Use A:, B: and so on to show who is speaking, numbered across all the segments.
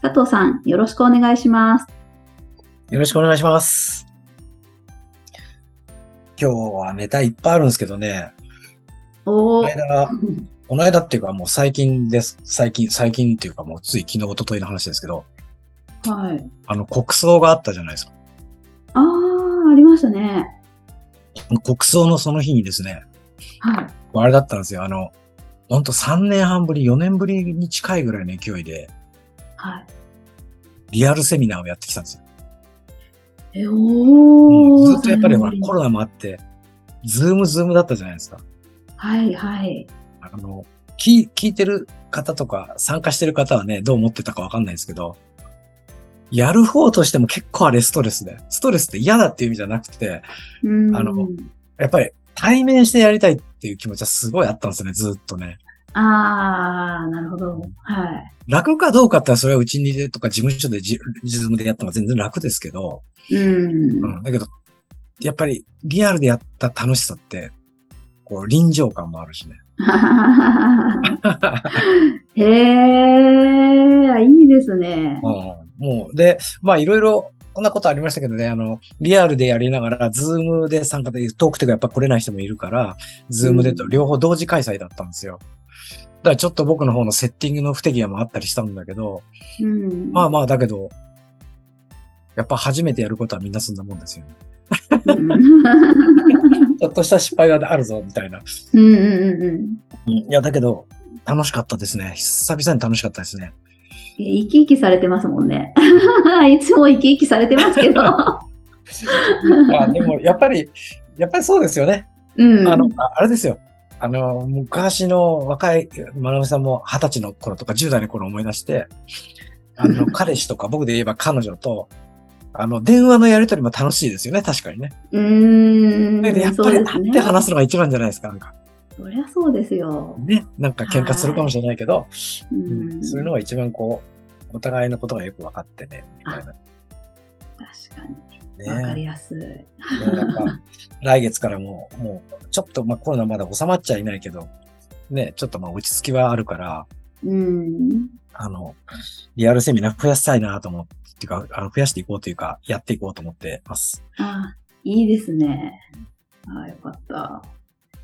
A: 佐藤さん、よろしくお願いします。
B: よろしくお願いします。今日はネタいっぱいあるんですけどね。
A: おお。
B: この間、この間っていうかもう最近です。最近、最近っていうかもうつい昨日、一昨日の話ですけど。
A: はい。
B: あの、国葬があったじゃないですか。
A: ああ、ありましたね。
B: 国葬のその日にですね。
A: はい。
B: あれだったんですよ。あの、ほんと3年半ぶり、4年ぶりに近いぐらいの勢いで、
A: はい。
B: リアルセミナーをやってきたんですよ。
A: え、お
B: ずっとやっぱりコロナもあって、ズームズームだったじゃないですか。
A: はいはい。
B: あの、聞聞いてる方とか参加してる方はね、どう思ってたかわかんないですけど、やる方としても結構あれストレスで、ストレスって嫌だっていう意味じゃなくて、
A: あの、
B: やっぱり対面してやりたいっていう気持ちはすごいあったんですね、ずっとね。
A: ああ、なるほど。はい。
B: 楽かどうかってそれはうちにでとか事務所で自分でやったのが全然楽ですけど。
A: うん、
B: うん。だけど、やっぱりリアルでやった楽しさって、こう臨場感もあるしね。
A: へえ、いいですね。
B: うん、もう、で、まあいろいろこんなことありましたけどね、あの、リアルでやりながら、ズームで参加で、トークとかやっぱ来れない人もいるから、ズームでと両方同時開催だったんですよ。だからちょっと僕の方のセッティングの不手際もあったりしたんだけど、
A: うん、
B: まあまあ、だけど、やっぱ初めてやることはみんなそんなもんですよね。ちょっとした失敗があるぞ、みたいな。
A: うんうんうんうん。
B: いや、だけど、楽しかったですね。久々に楽しかったです ね。
A: 生き生きされてますもんね。 いつも生き生きされてます けどま
B: あでもやっぱり、やっぱりそうですよね。
A: うん、
B: あのあれですよ。あの、昔の若い、まなみさんも二十歳の頃とか10代の頃思い出して、あの、彼氏とか僕で言えば彼女と、あの、電話のやりとりも楽しいですよね、確かにね。
A: うん。
B: だけどやっぱり会って話すのが一番じゃないですか、なんか。
A: そりゃそうですよ。
B: ね、なんか喧嘩するかもしれないけど、
A: うん、
B: そういうのが一番こう、お互いのことがよく分かってね、みたいな。
A: 確かに。ね、分かりやすい。ね、
B: なんか来月からも、もう、ちょっと、まあ、コロナまだ収まっちゃいないけど、ね、ちょっとまあ落ち着きはあるから、
A: うん、
B: あの、リアルセミナー増やしたいなと思って、っていうか、あの増やしていこうというか、やっていこうと思ってます。
A: あいいですね。あよかった。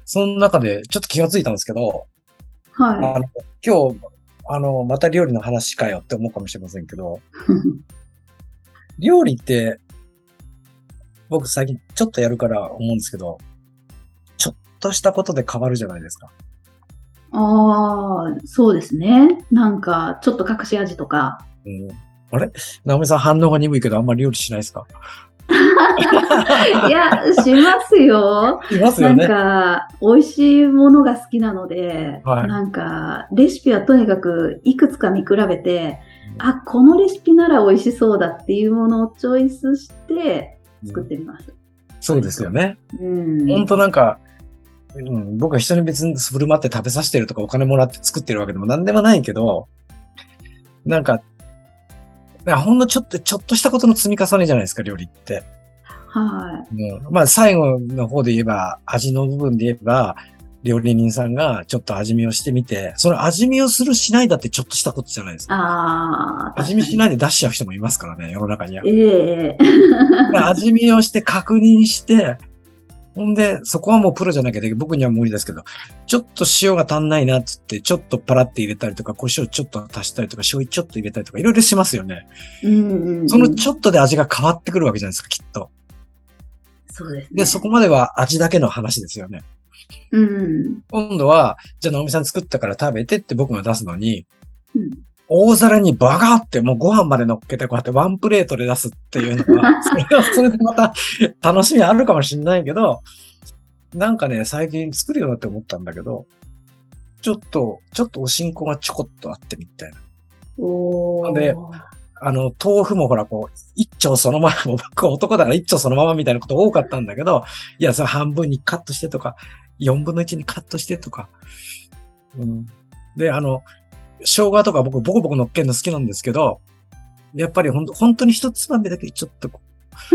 B: その中でちょっと気がついたんですけど、
A: はい。
B: あの今日、あの、また料理の話かよって思うかもしれませんけど、料理って、僕最近ちょっとやるから思うんですけど、ちょっとしたことで変わるじゃないですか。
A: ああ、そうですね。なんか、ちょっと隠し味とか。
B: うん、あれ直美さん反応が鈍いけど、あんまり料理しないですか
A: いや、しますよ。
B: しますよ
A: ね。なんか、美味しいものが好きなので、
B: はい、
A: なんか、レシピはとにかくいくつか見比べて、うん、あ、このレシピなら美味しそうだっていうものをチョイスして作ってみます。うん、
B: そうですよね。
A: うん。
B: 本当なんか、うん、僕は人に別に振る舞って食べさせてるとかお金もらって作ってるわけでも何でもないけど、なんか、なんかほんのちょっと、ちょっとしたことの積み重ねじゃないですか、料理って。。
A: はい
B: うん、まあ、最後の方で言えば、味の部分で言えば、料理人さんがちょっと味見をしてみて、その味見をするしないだってちょっとしたことじゃないですか。
A: あ
B: あ。味見しないで出しちゃう人もいますからね、世の中には。
A: ええ
B: ー、味見をして確認して、ほんで、そこはもうプロじゃなきゃでき僕には無理ですけど、ちょっと塩が足んないなっつって、ちょっとパラって入れたりとか、胡椒ちょっと足したりとか、醤油ちょっと入れたりとか、いろいろしますよね。
A: うん、うん、
B: そのちょっとで味が変わってくるわけじゃないですか、きっと。
A: そうです、ね、
B: で、そこまでは味だけの話ですよね。
A: うん。
B: 今度は、じゃあ、直美さん作ったから食べてって僕が出すのに、
A: うん、
B: 大皿にバガーってもうご飯まで乗っけてこうやってワンプレートで出すっていうのは、それはそれでまた楽しみあるかもしんないけど、なんかね、最近作るようになって思ったんだけど、ちょっと、ちょっとおしんこがちょこっとあってみたいな。
A: お
B: で、あの、豆腐もほら、こう、一丁そのまま、 僕は男だから一丁そのままみたいなこと多かったんだけど、いや、それ半分にカットしてとか、四分の一にカットしてとか。うん。で、あの、生姜とか僕、ボコボコ乗っけるの好きなんですけど、やっぱりほんと本当に一つまみだけちょっとこ う、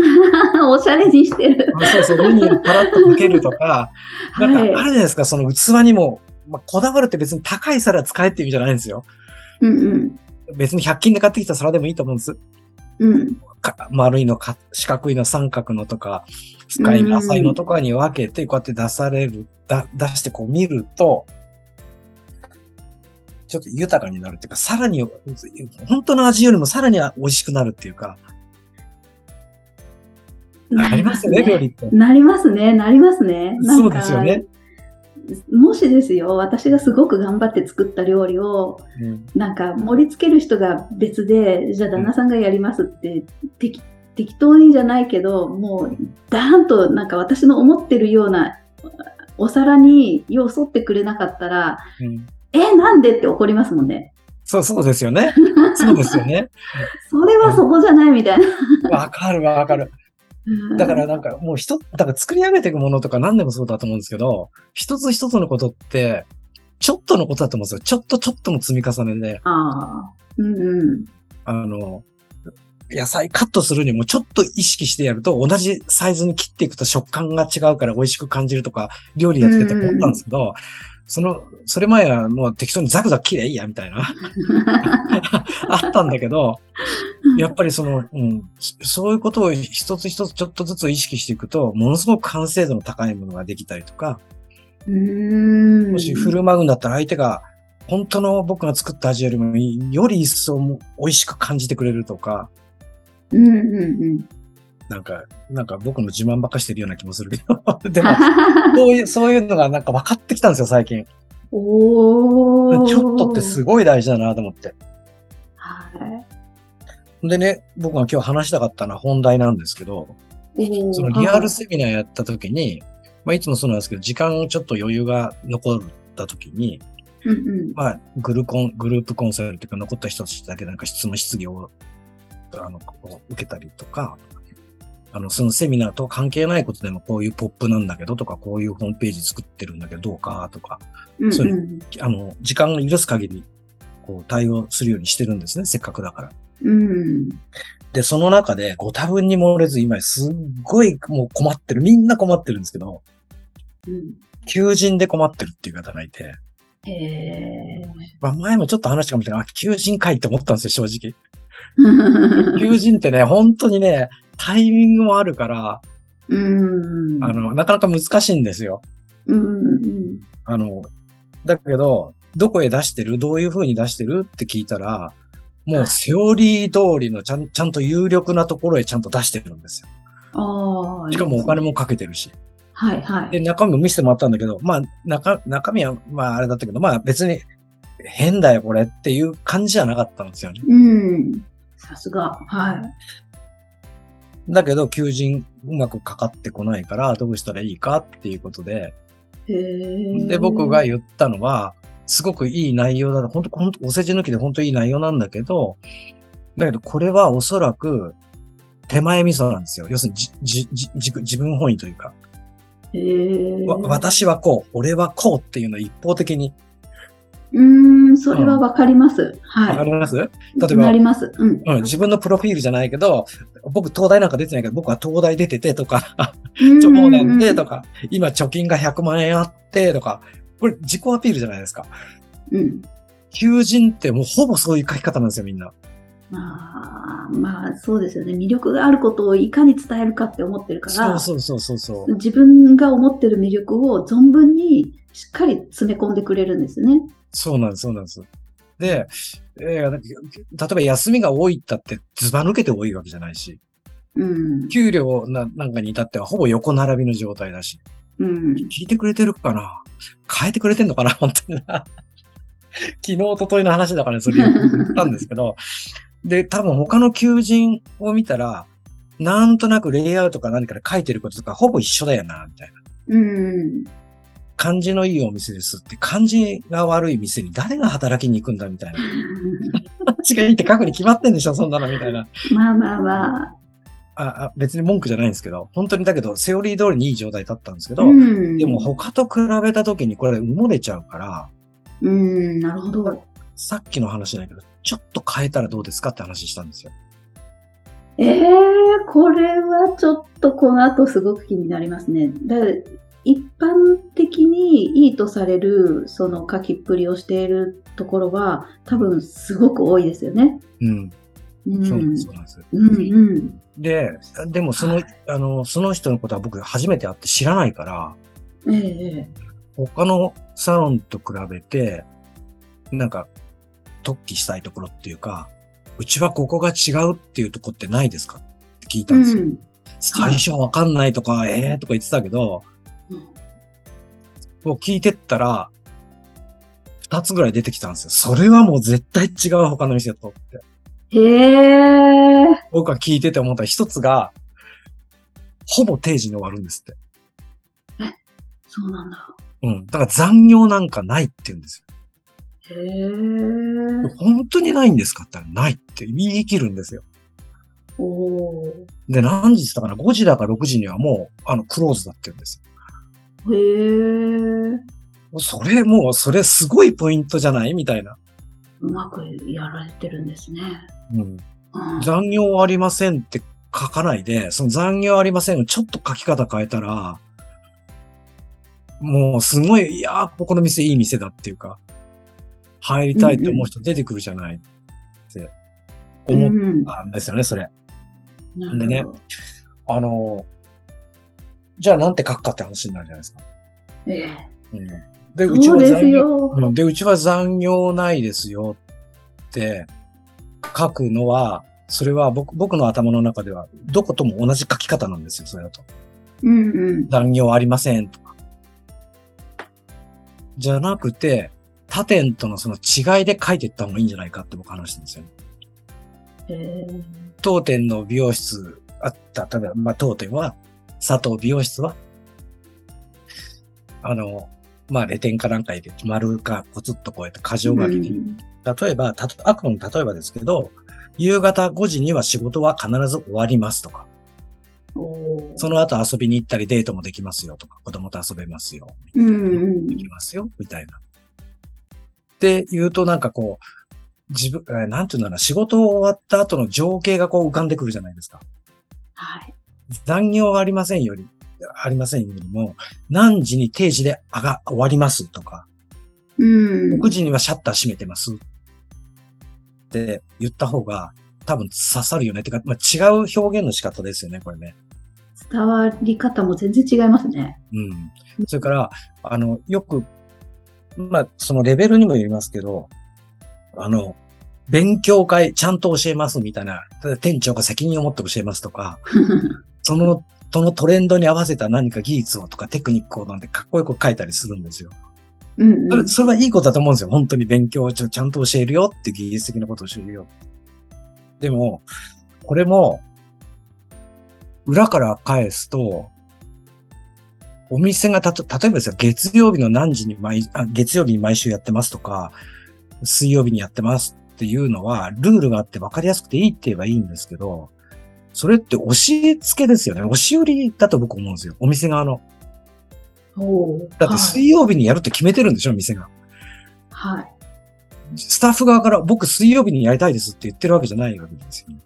A: おしゃれにしてる。
B: あそうそ う、目にパラッとかけるとか、
A: は
B: なんかあるじゃ
A: い。
B: ないですか、その器にも、まあ、こだわるって別に高い皿使えって意味じゃないんですよ。
A: うんうん。
B: 別に100均で買ってきた皿でもいいと思うんです。
A: うん。
B: か丸いのか、四角いの、三角のとか、深いの、浅いのとかに分けて、こうやって出される、だ出してこう見ると、ちょっと豊かになるっていうか、さらに、本当の味よりもさらに美味しくなるっていうか、ありますよね、料理って。
A: なりますね、なりますね。なん
B: そう
A: か
B: ですよね。
A: もしですよ、私がすごく頑張って作った料理を、
B: うん
A: なんか盛り付ける人が別で、じゃあ旦那さんがやりますって、適適当にじゃないけど、もう、ダーンとなんか私の思ってるようなお皿によう沿ってくれなかったら、
B: うん
A: え、なんでって怒りますもんね。
B: そう、そうですよね。そうですよ ね。
A: それはそこじゃないみたいな。
B: わかるわかる。だからなんかもう一つ、だから作り上げていくものとか何でもそうだと思うんですけど、一つ一つのことって、ちょっとのことだと思うんですよ。ちょっとちょっとの積み重ねで、
A: ああ、うんうん。
B: あの、野菜カットするにもちょっと意識してやると同じサイズに切っていくと食感が違うから美味しく感じるとか、料理やってて思ったんですけど、その、それ前はもう適当にザクザク切ればいいや、みたいな。あったんだけど、やっぱりその、うん、そそういうことを一つ一つちょっとずつ意識していくと、ものすごく完成度の高いものができたりとか、
A: うーん。
B: もし振る舞うんだったら相手が、本当の僕が作った味よりもいい、より一層も美味しく感じてくれるとか、
A: うんうんうん。
B: なんか、なんか僕の自慢ばっかしてるような気もするけど、 でも、そ ういう、そういうのがなんか分かってきたんですよ、最近。
A: おー
B: ちょっとってすごい大事だなと思って。
A: は
B: でね、僕が今日話したかったのは本題なんですけど、
A: い。おー
B: そのリアルセミナーやった時に、まあいつもそうなんですけど、時間ちょっと余裕が残った時に、
A: うんうん。
B: まあグルコン、グループコンサルというか残った人たちだけなんか質問質疑を、あの、こう受けたりとか、あの、そのセミナーと関係ないことでもこういうポップなんだけどとか、こういうホームページ作ってるんだけどどうかとか、
A: うん
B: そううんあの、時間を許す限り、こう対応するようにしてるんですね、せっかくだから。
A: うん。
B: で、その中でご多分に漏れず、今すっごいもう困ってる。みんな困ってるんですけど、
A: うん。
B: 求人で困ってるっていう方がいて、
A: へえ。
B: まあ前もちょっと話したかもしれない。あ、求人かいって思ったんですよ、正直。求人ってね、本当にね、タイミングもあるから、
A: うん。
B: あの、なかなか難しいんですよ。
A: うんうん
B: あの、だけど、どこへ出してるどういう風に出してるって聞いたら、もうセオリー通りのちゃん、ちゃんと有力なところへちゃんと出してるんですよ。
A: うん。ああ。
B: しかもお金もかけてるし。
A: はいは
B: で、
A: い。
B: 中身も見せてもらったんだけど、まあ、中、中身は、まあ、あれだったけど、まあ、別に、変だよ、これっていう感じじゃなかったんですよね。
A: うん。さすが。はい。
B: だけど、求人うまくかかってこないから、どうしたらいいかっていうことで、
A: へえ。
B: で、僕が言ったのは、すごくいい内容だな。本当本当お世辞抜きで本当いい内容なんだけど、だけど、これはおそらく、手前味噌なんですよ。要するにじ、じ、じ、自自分本位というか、
A: へえ。
B: わ私はこう、俺はこうっていうのを一方的に、
A: うーん、それはわかります。はい。
B: わかります
A: 例
B: えば
A: なります。うん。
B: うん、自分のプロフィールじゃないけど、僕、東大なんか出てないけど、僕は東大出ててとか、
A: ち
B: 貯金なんでとか、今貯金が100万円あってとか、これ自己アピールじゃないですか。
A: うん。
B: 求人ってもうほぼそういう書き方なんですよ、みんな。
A: まあ、まあ、そうですよね。魅力があることをいかに伝えるかって思ってるから。
B: そうそうそうそうそう。
A: 自分が思ってる魅力を存分にしっかり詰め込んでくれるんですね。
B: そうなんです、そうなんです。で、えー例えば休みが多いったってズバ抜けて多いわけじゃないし、
A: うん。
B: 給料ななんかに至ってはほぼ横並びの状態だし、
A: うん。
B: 聞いてくれてるかな変えてくれてんのかな 本当にな。昨日、一昨日の話だからね、それ言ったんですけど。で、多分他の求人を見たら、なんとなくレイアウトか何かで書いてることとかほぼ一緒だよな、みたいな。
A: うん。
B: 感じのいいお店ですって、感じが悪い店に誰が働きに行くんだ みたいな。感じがいいって書くに決まってんでしょ、そんなのみたいな。
A: まあまあまあ。
B: ああ別に文句じゃないんですけど、本当にだけど、セオリー通りにいい状態だったんですけど、
A: うん、
B: でも他と比べた時にこれ埋もれちゃうから、
A: うん、なるほど。
B: さっきの話じゃないけど、ちょっと変えたらどうですかって話したんですよ。
A: えー、これはちょっとこの後すごく気になりますね。だ一般的にいいとされるその書きっぷりをしているところは多分すごく多いですよね。
B: うん。
A: うん、
B: そうなんです、そうなんです。
A: うんうん
B: で、でもその、あの、その人のことは僕初めて会って知らないから、
A: ええ
B: 他のサロンと比べて、なんか、特記したいところっていうか、うちはここが違うっていうとこってないですかって聞いたんですよ。
A: ん、
B: 最初わかんないとか、ええー、とか言ってたけど、
A: うん
B: もう聞いてったら、二つぐらい出てきたんですよ。それはもう絶対違う他の店とって。
A: へえ
B: 僕は聞いてて思った一つが、ほぼ定時に終わるんですって。
A: そうなんだ。
B: うん。だから残業なんかないって言うんです
A: へえ
B: よ。本当にないんですかって言ったらないって言い切るんですよ。
A: おお
B: で、何時って言ったかな ?5 時だか6時にはもう、あの、クローズだって言うんです
A: ーへえ
B: よ。それもう、それすごいポイントじゃないみたいな。
A: うまくやられてるんですね。
B: うん。
A: うん
B: 残業ありませんって書かないで、その残業ありませんをちょっと書き方変えたら、もうすごい、いやー、ここの店いい店だっていうか、入りたいって思う人出てくるじゃないって思っ
A: うん
B: たんですよね、それ。
A: なるほど
B: でねあの、じゃあなんて書くかって話になるじゃないですか。
A: ええ
B: うん、で、うち
A: そう
B: は
A: です
B: 残業、
A: よ。
B: うんで、うちは残業ないですよって書くのは、それは僕僕の頭の中では、どことも同じ書き方なんですよ、それだと。
A: うんうん。
B: 残業ありませんとか。じゃなくて、他店とのその違いで書いていった方がいいんじゃないかって僕話したんですよね。
A: へえ
B: 当店の美容室あった、例えば、まあ、当店は、佐藤美容室は、あの、まあ、レテンかなんか入れて、丸かコツッとこうやって箇条書きに例えば、たとあくまで例えばですけど、夕方5時には仕事は必ず終わりますとか、
A: うんおー
B: その後遊びに行ったりデートもできますよとか、子供と遊べますよ、
A: うんうん
B: できますよ、みたいな。って言うとなんかこう、自分、えーなんていうのかな、仕事終わった後の情景がこう浮かんでくるじゃないですか。
A: はい。
B: 残業はありませんより、ありませんよりも、何時に定時で上が、終わりますとか、
A: うん。
B: 6時にはシャッター閉めてますって言った方が多分刺さるよねってか、まあ、違う表現の仕方ですよね、これね。
A: 伝わり方も全然違いますね。
B: うん。それから、あの、よく、まあ、そのレベルにもよりますけど、あの、勉強会ちゃんと教えますみたいな、ただ店長が責任を持って教えますとか、その、そのトレンドに合わせた何か技術をとかテクニックをなんてかっこよく書いたりするんですよ。
A: うん
B: そうれ
A: ん。
B: それはいいことだと思うんですよ。本当に勉強をちょちゃんと教えるよって技術的なことを教えるよ。でも、これも、裏から返すと、お店がたと、例えばですよ、月曜日の何時に毎、あ月曜日に毎週やってますとか、水曜日にやってますっていうのは、ルールがあって分かりやすくていいって言えばいいんですけど、それって教え付けですよね。押し売りだと僕思うんですよ。お店側の。
A: おー
B: だって水曜日にやるって決めてるんでしょ、店が。
A: はい。はい
B: スタッフ側から僕水曜日にやりたいですって言ってるわけじゃないわけですよね。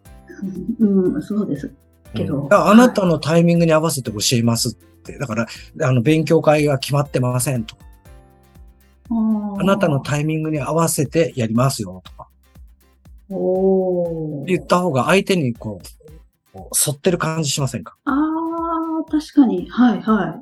A: うん、そうです。けど
B: うんだからあなたのタイミングに合わせて教えますって。だから、あの、勉強会が決まってませんと。あ
A: あ
B: なたのタイミングに合わせてやりますよとか。
A: おお。
B: 言った方が相手にこう、こう沿ってる感じしませんか
A: ああ、確かに。はい、は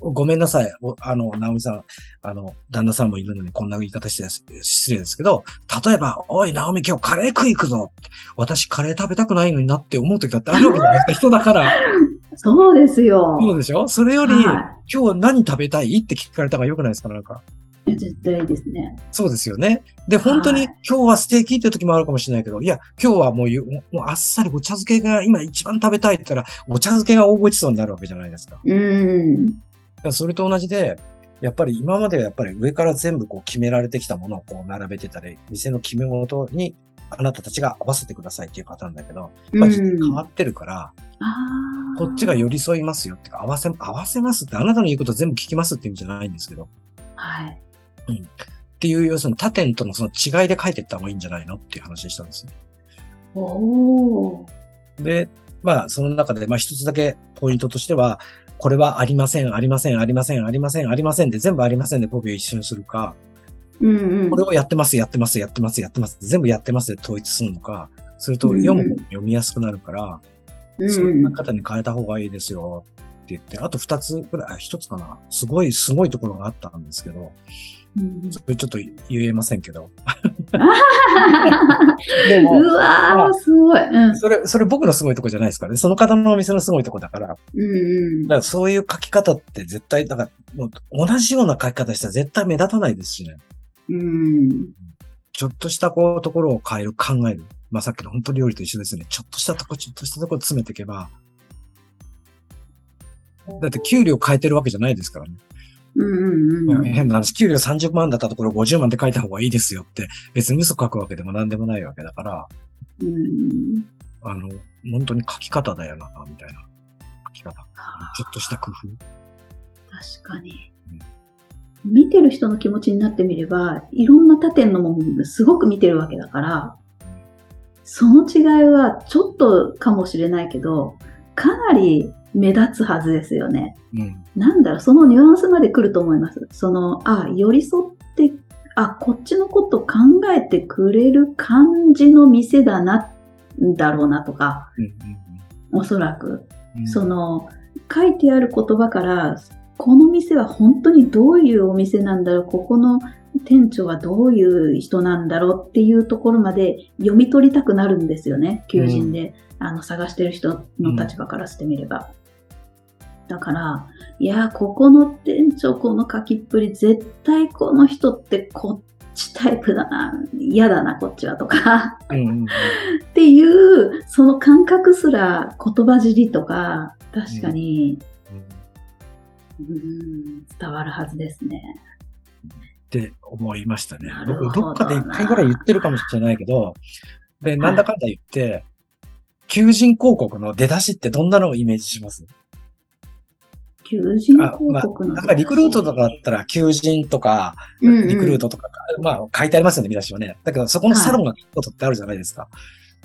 B: ごごめんなさい。おあの、ナオミさん、あの、旦那さんもいるのにこんな言い方して失礼ですけど、例えば、おい、ナオミ今日カレー食い行くぞって私カレー食べたくないのになって思う時だってあるわけじゃないですか。人だから。
A: い。 そうですよ。
B: そうでしょそれより、
A: は
B: 今日何食べたいって聞かれた方が良くないですかなんか。
A: い。いや絶対いいですね。
B: そうですよね。で、本当に
A: は
B: 今日はステーキって時もあるかもしれないけど、いや、今日はもうゆもうあっさりご茶漬けが今一番食べたいって言ったら、お茶漬けが大ごちそうになるわけじゃないですか。だか
A: うん。
B: らそれと同じで、やっぱり今まではやっぱり上から全部こう決められてきたものをこう並べてたり、店の決め事にあなたたちが合わせてくださいっていうパターンだけど、やっぱり変わってるから、
A: あ
B: こっち
A: が。
B: が寄り添いますよってか、合わせ、合わせますって、あなたの言うこと全部聞きますって意味じゃないんですけど、
A: はい。
B: っていう、要するに他店とのその違いで書いていった方がいいんじゃないのっていう話したんですよ。
A: おー。
B: で、まあ、その中で、まあ一つだけポイントとしては、これはありません、ありません、ありません、ありません、ありませんで、全部ありませんで語尾を一緒にするか、
A: うんうん。
B: これをやってます、やってます、やってます、やってます、全部やってますで統一するのか、それと読む方も読みやすくなるから、
A: うん
B: そう
A: う
B: い
A: ん
B: う方に変えた方がいいですよって言って、あと二つぐらい、あ一つかな。すごい、すごいところがあったんですけど、
A: うん
B: それちょっと言えません けど。 で
A: うん
B: も、
A: うわー、すごい。うん。
B: それ、それ僕のすごいとこじゃないですからね。その方のお店のすごいとこだから、だか
A: うんうん。
B: らそういう書き方って絶対、だからもう同じような書き方したら絶対目立たないですしね。
A: うん。
B: ちょっとしたこう、ところを変える、考える。まあさっきの本当料理と一緒ですね。ちょっとしたとこ、ちょっとしたとこ詰めていけば、だって給料変えてるわけじゃないですからね。
A: うんうんうん。
B: 変な話、給料30万だったところ50万で書いた方がいいですよって、別に嘘書くわけでも何でもないわけだから、
A: うん
B: あの、本当に書き方だよな、みたいな。書き方。ちょっとした工夫。
A: 確かに。見てる人の気持ちになってみれば、いろんな他店のものすごく見てるわけだから、その違いはちょっとかもしれないけど、かなり目立つはずですよね。
B: うん。
A: なんだろう、そのニュアンスまで来ると思います。その、あ、寄り添って、あ、こっちのこと考えてくれる感じの店だな、んだろうなとか、
B: うん。
A: おそらく。
B: うん。うん
A: そ、の書いてある言葉からこの店は本当にどういうお店なんだろうここの店長はどういう人なんだろうっていうところまで読み取りたくなるんですよね求人で、あの探してる人の立場からしてみれば。だから、いやー、ここの店長、この書きっぷり、絶対この人ってこっちタイプだな、嫌だな、こっちはとか、
B: うんうんうん。
A: っていうその感覚すら言葉尻とか確かに、うん伝わるはずですね。
B: って思いましたね
A: な。るほど
B: 僕、どっかで一回ぐらい言ってるかもしれないけど、で、なんだかんだ言って、求人広告の出だしってどんなのをイメージします
A: 求人
B: あ
A: 広
B: ま
A: 告の、
B: あ、なんかリクルートとかだったら求人とか、
A: うんうん、
B: リクルートとか、まあ書いてありますよね、見出しはね。だけど、そこのサロンが書くことってあるじゃないですか。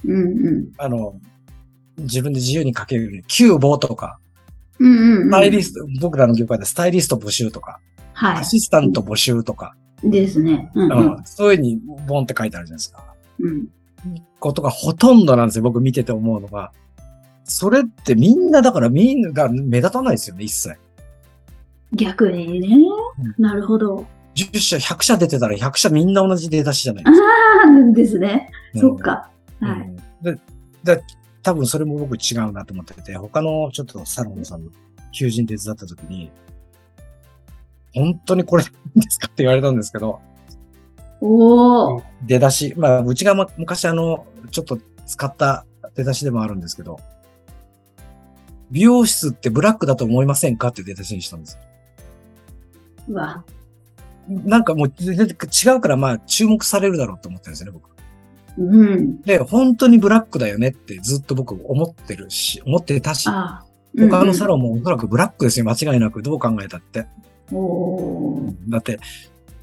A: うんうん
B: あの、自分で自由に書けるように、キューボとか、
A: うんうんうん
B: スタイリスト、僕らの業界でスタイリスト募集とか、
A: は
B: アシスタント募集とか、
A: いですね。うんう
B: うん
A: ん
B: そういうふうにボンって書いてあるじゃないですか。
A: うん
B: ことがほとんどなんですよ、僕見てて思うのが。それってみんな、だからみんなが目立たないですよね、一切。
A: 逆にね、
B: う
A: なるほど。
B: 10社、100社出てたら100社みんな同じ出だしじゃない
A: あ
B: ですか。
A: あですね。
B: うん
A: そっか。はい。
B: うんで、で多分それも僕違うなと思ってて、他のちょっとサロンさんの求人手伝った時に、本当にこれですかって言われたんですけど、
A: おお。
B: 出だし、まあ、うちがま昔あの、ちょっと使った出だしでもあるんですけど、美容室ってブラックだと思いませんかっていう出だしにしたんです。
A: うわ。
B: なんかもう全然違うからまあ注目されるだろうと思ってるんですよね、僕。
A: うん。
B: で、本当にブラックだよねってずっと僕思ってるし、思ってたし、
A: ああ。
B: 他のサ
A: ン。
B: ロンもおそらくブラックですよ、間違いなく。どう考えたって。
A: お お。
B: だって、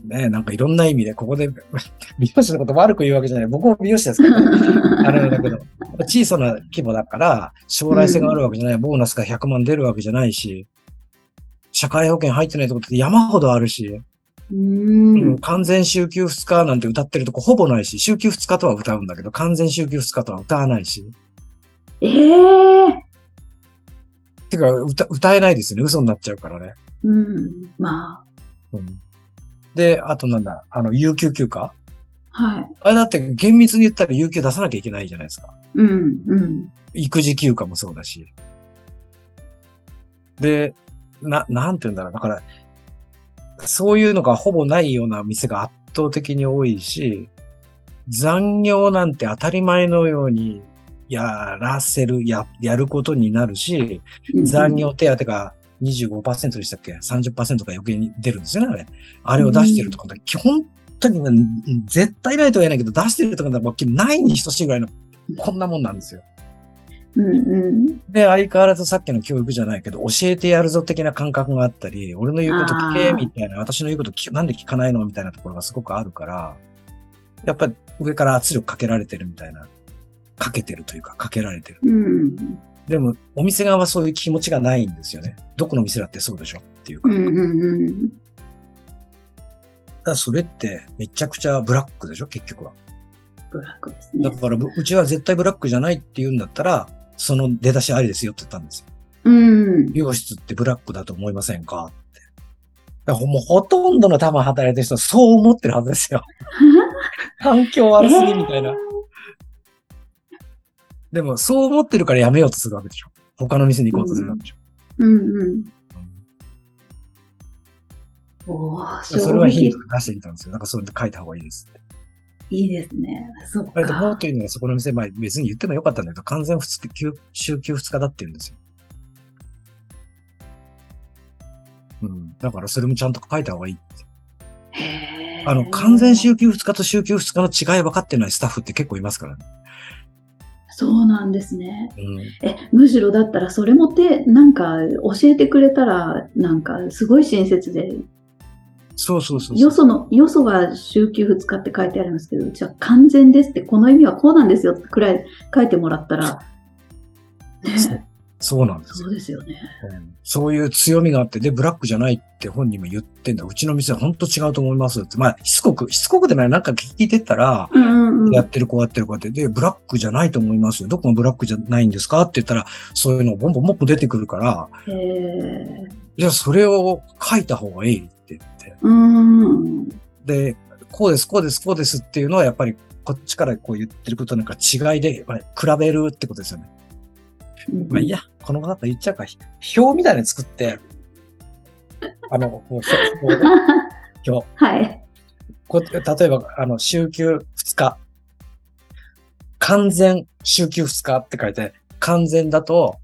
B: ね、なんかいろんな意味で、ここで 美容師のこと悪く言うわけじゃない。僕も美容師ですから、あれだけど、小さな規模だから、将来性があるわけじゃない、ボーナスが100万出るわけじゃないし、社会保険入ってないとこって山ほどあるし、
A: うん。
B: 完全週休2日なんて歌ってるとこほぼないし、週休2日とは歌うんだけど、完全週休2日とは歌わないし。
A: ええー。
B: てか歌、歌えないですよね。嘘になっちゃうからね。
A: うん。ま
B: うんで、あとなんだ、あの、有給休暇
A: あ。はい。
B: あれだって厳密に言ったら有給出さなきゃいけないじゃないですか。
A: うん。うん。
B: 育児休暇もそうだし。で、な、なんて言うんだろう。だから、そういうのがほぼないような店が圧倒的に多いし、残業なんて当たり前のようにやらせる、や、やることになるし、残業手当が25%でしたっけ ?30% が余計に出るんですよね、あれ。あれを出してるとか、基本的には絶対ないとは言えないけど、出してるとかだとないに等しいぐらいの、こんなもんなんですよ。
A: うんうん。
B: で、相変わらずさっきの教育じゃないけど、教えてやるぞ的な感覚があったり、俺の言うこと聞
A: あ
B: け、
A: ー
B: みたいな、私の言うこと聞なんで聞かないのみたいなところがすごくあるから、やっぱり上から圧力かけられてるみたいな、かけてるというか、かけられてる。
A: うん
B: でも、お店側はそういう気持ちがないんですよね。どこの店だってそうでしょっていう
A: う
B: か。
A: ん。うんうんうん。
B: だからそれってめちゃくちゃブラックでしょ、結局は。
A: ブラックですね
B: だ。から、ぶうちは絶対ブラックじゃないって言うんだったら、その出だしありですよって言ったんですよ
A: うん。
B: 美容室ってブラックだと思いませんかって。だからもうほとんどの多分働いてる人はそう思ってるはずですよ。環境悪すぎみたいな。
A: えー
B: でもそう思ってるからやめようとするわけでしょ。他の店に行こうとするわけでしょ。
A: うんうん。
B: うん
A: おー、
B: それはヒン
A: い
B: ト出してみたんですよ。なんかそれで書いた方がいいですって。
A: いですね。そっ
B: あれともう
A: か。
B: というのはそこの店、まあ別に言ってもよかったんだけど、完全二日、休週休二日だって言うんですよ。うん。だからそれもちゃんと書いた方がいいって。
A: へー
B: あの、完全週休2日と週休2日の違い分かってないスタッフって結構いますからね。
A: そうなんですね。
B: うん。
A: え、むしろだったらそれもて、なんか教えてくれたら、なんかすごい親切で、
B: そうそうそうそ
A: よ
B: う。
A: その、よそは週休2日って書いてありますけど、うちは完全ですって、この意味はこうなんですよってくらい書いてもらったら、ね、
B: そうなんです
A: そ
B: よ、
A: うですよね。
B: うんそういう強みがあって、で、ブラックじゃないって本人も言ってんだ。うちの店は本当違うと思いますって。まあ、しつこく、しつこくでもない。なんか聞いてったら、
A: うんうんうん。
B: やってるこうやってるこうやって。で、ブラックじゃないと思いますよ。どこもブラックじゃないんですかって言ったら、そういうのボンボンボンボン出てくるから、
A: へー
B: じゃあそれを書いた方がいいって言って。
A: うん。
B: で、こうです、こうです、こうですっていうのは、やっぱりこっちからこう言ってることなんか違いで、まあ、比べるってことですよね。まあ、いや、この方言っちゃうか、表みたいなの作って、あの、もうひょ表、表
A: はい。
B: こう例えば、あの、週休2日。完全週休2日って書いて、完全だと、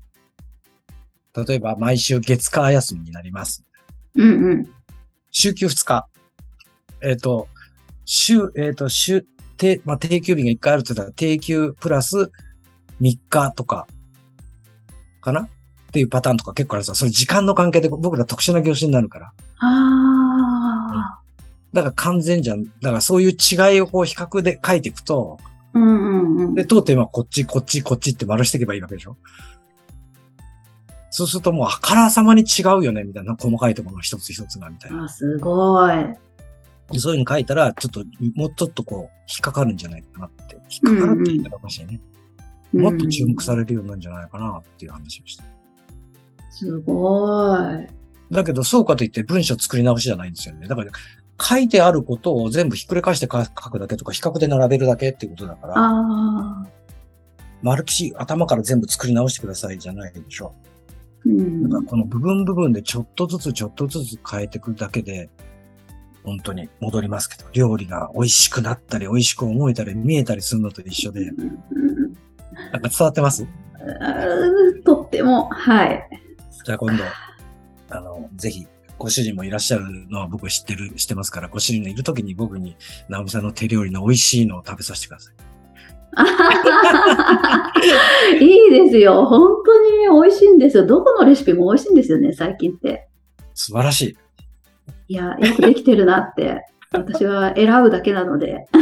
B: 例えば毎週月火休みになります。
A: うんうん。
B: 週休2日。えっ、と、週、えっ、と、週、定、まあ、定休日が1回あるって言ったら、定休プラス3日とか、かなっていうパターンとか結構あるんですよ。それ時間の関係で僕ら特殊な業種になるから。
A: ああ。
B: だから完全じゃん。だからそういう違いをこう比較で書いていくと、
A: うんうんうん。
B: で、当店はこっち、こっち、こっちって丸していけばいいわけでしょそうするともうあからさまに違うよね、みたいな細かいところの一つ一つが、みたいな。
A: あすごい。
B: でそういうの書いたら、ちょっと、もうちょっとこう、引っかかるんじゃないかなって。引っかかるって言ったらおかしいね。もっと注目さ
A: れ
B: れるようになるんじゃないかなっていう話をした。
A: すごい。
B: だけど、そうかといって文章作り直しじゃないんですよね。だから、書いてあることを全部ひっくり返してか書くだけとか、比較で並べるだけっていうことだから、
A: ああ。
B: 丸きし頭から全部作り直してくださいじゃないでしょ。
A: うん
B: だから、この部分部分でちょっとずつちょっとずつ変えていくだけで、本当に戻りますけど、料理が美味しくなったり、美味しく思えたり、見えたりするのと一緒で、
A: うん
B: なんか伝わってます
A: うんとっても、はい。
B: じゃあ今度、あの、ぜひ、ご主人もいらっしゃるのは僕知ってる、知ってますから、ご主人のいる時に僕に、直美さんの手料理の美味しいのを食べさせてくださ い。
A: いいですよ。本当に美味しいんですよ。どこのレシピも美味しいんですよね、最近って。
B: 素晴らしい。
A: いや、よくできてるな って。私は選ぶだけなので。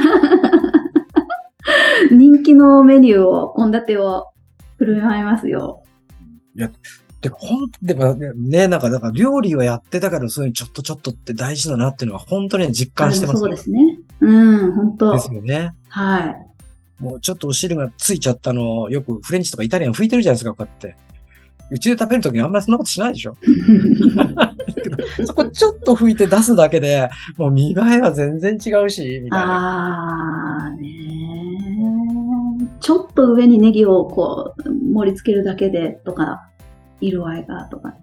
A: 人気のメニューを、献立を振る舞いますよ。
B: いや、で、ほん、でもね、なんか、だから料理はやってたから、そういうちょっとちょっとって大事だなっていうのは本当に実感してます
A: あ
B: よ。
A: そうですね。うん、本当。
B: ですよね。
A: はい。
B: もうちょっとお汁がついちゃったのを、よくフレンチとかイタリアン拭いてるじゃないですか、こうやって。うちで食べるときにあんまりそんなことしないでしょそこちょっと拭いて出すだけで、もう見栄えは全然違うし、みたい
A: あ
B: な。
A: あねーちょっと上にネギをこう盛り付けるだけでとか色合いがと か、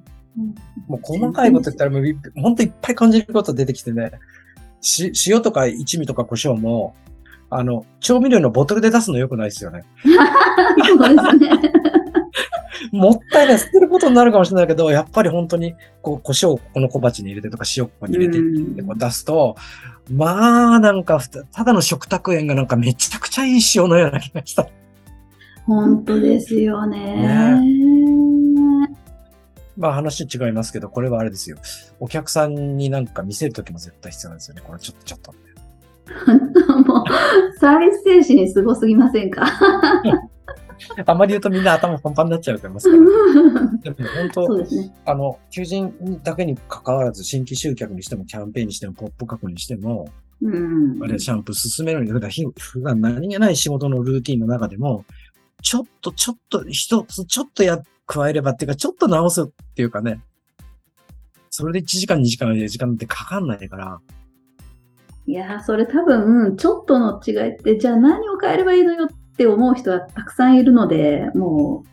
B: もう細かいこと言ったらもうい、ほんといっぱい感じること出てきてね。し、塩とか一味とか胡椒も、あの、調味料のボトルで出すの良くないですよね。
A: そうですね
B: もったいない、捨てることになるかもしれないけど、やっぱり本当に、こう、胡椒をこの小鉢に入れてとか、塩ここに入れてってこう出すと、まあ、なんかふた、ただの食卓園がなんかめちゃくちゃいい塩のような気がした。
A: 本当ですよね。
B: まあ話違いますけど、これはあれですよ。お客さんになんか見せるときも絶対必要なんですよね。これちょっとちょっと。
A: もう、サービス精神にすごすぎませんか
B: あんまり言うとみんな頭パンパンになっちゃうと思いますけど。でも本当、
A: そうですね。
B: あの、求人だけに関わらず、新規集客にしても、キャンペーンにしても、ポップ確にしても、
A: うん
B: あ。れ、シャンプー進めるのに、普段、普段何気ない仕事のルーティンの中でも、ちょっと、ちょっと、一つ、ちょっとや、加えればっていうか、ちょっと直すっていうかね、それで1時間、2時間、4時間ってかかんないから、
A: いやー、それ多分、ちょっとの違いって、じゃあ何を変えればいいのよって思う人はたくさんいるので、も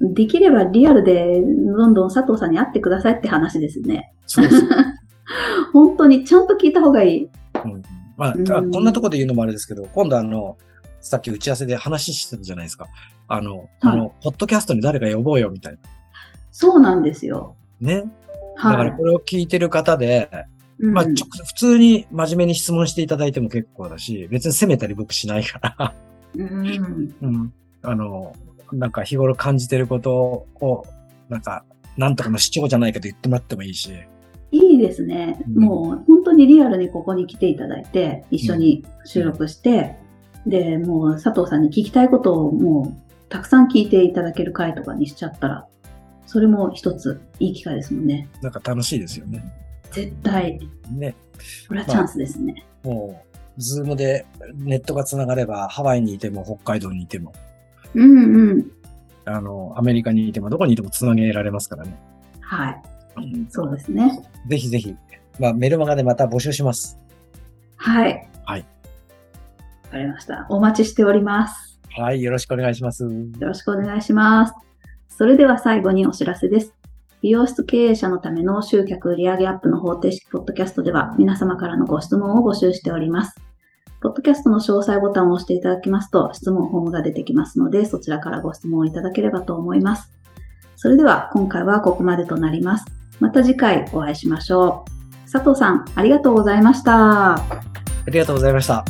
A: う、できればリアルでどんどん佐藤さんに会ってくださいって話ですね。
B: そうです。
A: 本当にちゃんと聞いた方がいい。
B: うん まあ、
A: うん
B: たこんなとこで言うのもあれですけど、今度あの、さっき打ち合わせで話してたじゃないですか。あの、あの、ポッドキャストに誰か呼ぼうよみたいな。
A: そうなんですよ。
B: ね。だか
A: は
B: ら
A: い。
B: これを聞いてる方で、まあ、
A: うん
B: ちょ普通に真面目に質問していただいても結構だし、別に責めたり僕しないから、
A: うん
B: うん、あの、なんか日頃感じてることを、なんか、なんとかの主張じゃないけど言ってもらってもいいし、
A: いいですね。
B: うん
A: もう本当にリアルにここに来ていただいて、一緒に収録して、で、もう佐藤さんに聞きたいことをもうたくさん聞いていただける回とかにしちゃったら、それも一ついい機会ですもんね。
B: なんか楽しいですよね。
A: 絶対、
B: ね。
A: これはチャンスですね。
B: もう、ズームでネットが繋がれば、ハワイにいても北海道にいても、
A: うんうん。
B: あの、アメリカにいても、どこにいても繋げられますからね。
A: はい。そうですね。
B: ぜひぜひ、まあ、メルマガでまた募集します。
A: はい。
B: はい。
A: わかりました。お待ちしております。
B: はい、よろしくお願いします。
A: よろしくお願いします。それでは最後にお知らせです。美容室経営者のための集客売上アップの方程式ポッドキャストでは皆様からのご質問を募集しております。ポッドキャストの詳細ボタンを押していただきますと質問フォームが出てきますのでそちらからご質問をいただければと思います。それでは今回はここまでとなります。また次回お会いしましょう。佐藤さん、ありがとうございました。
B: ありがとうございました。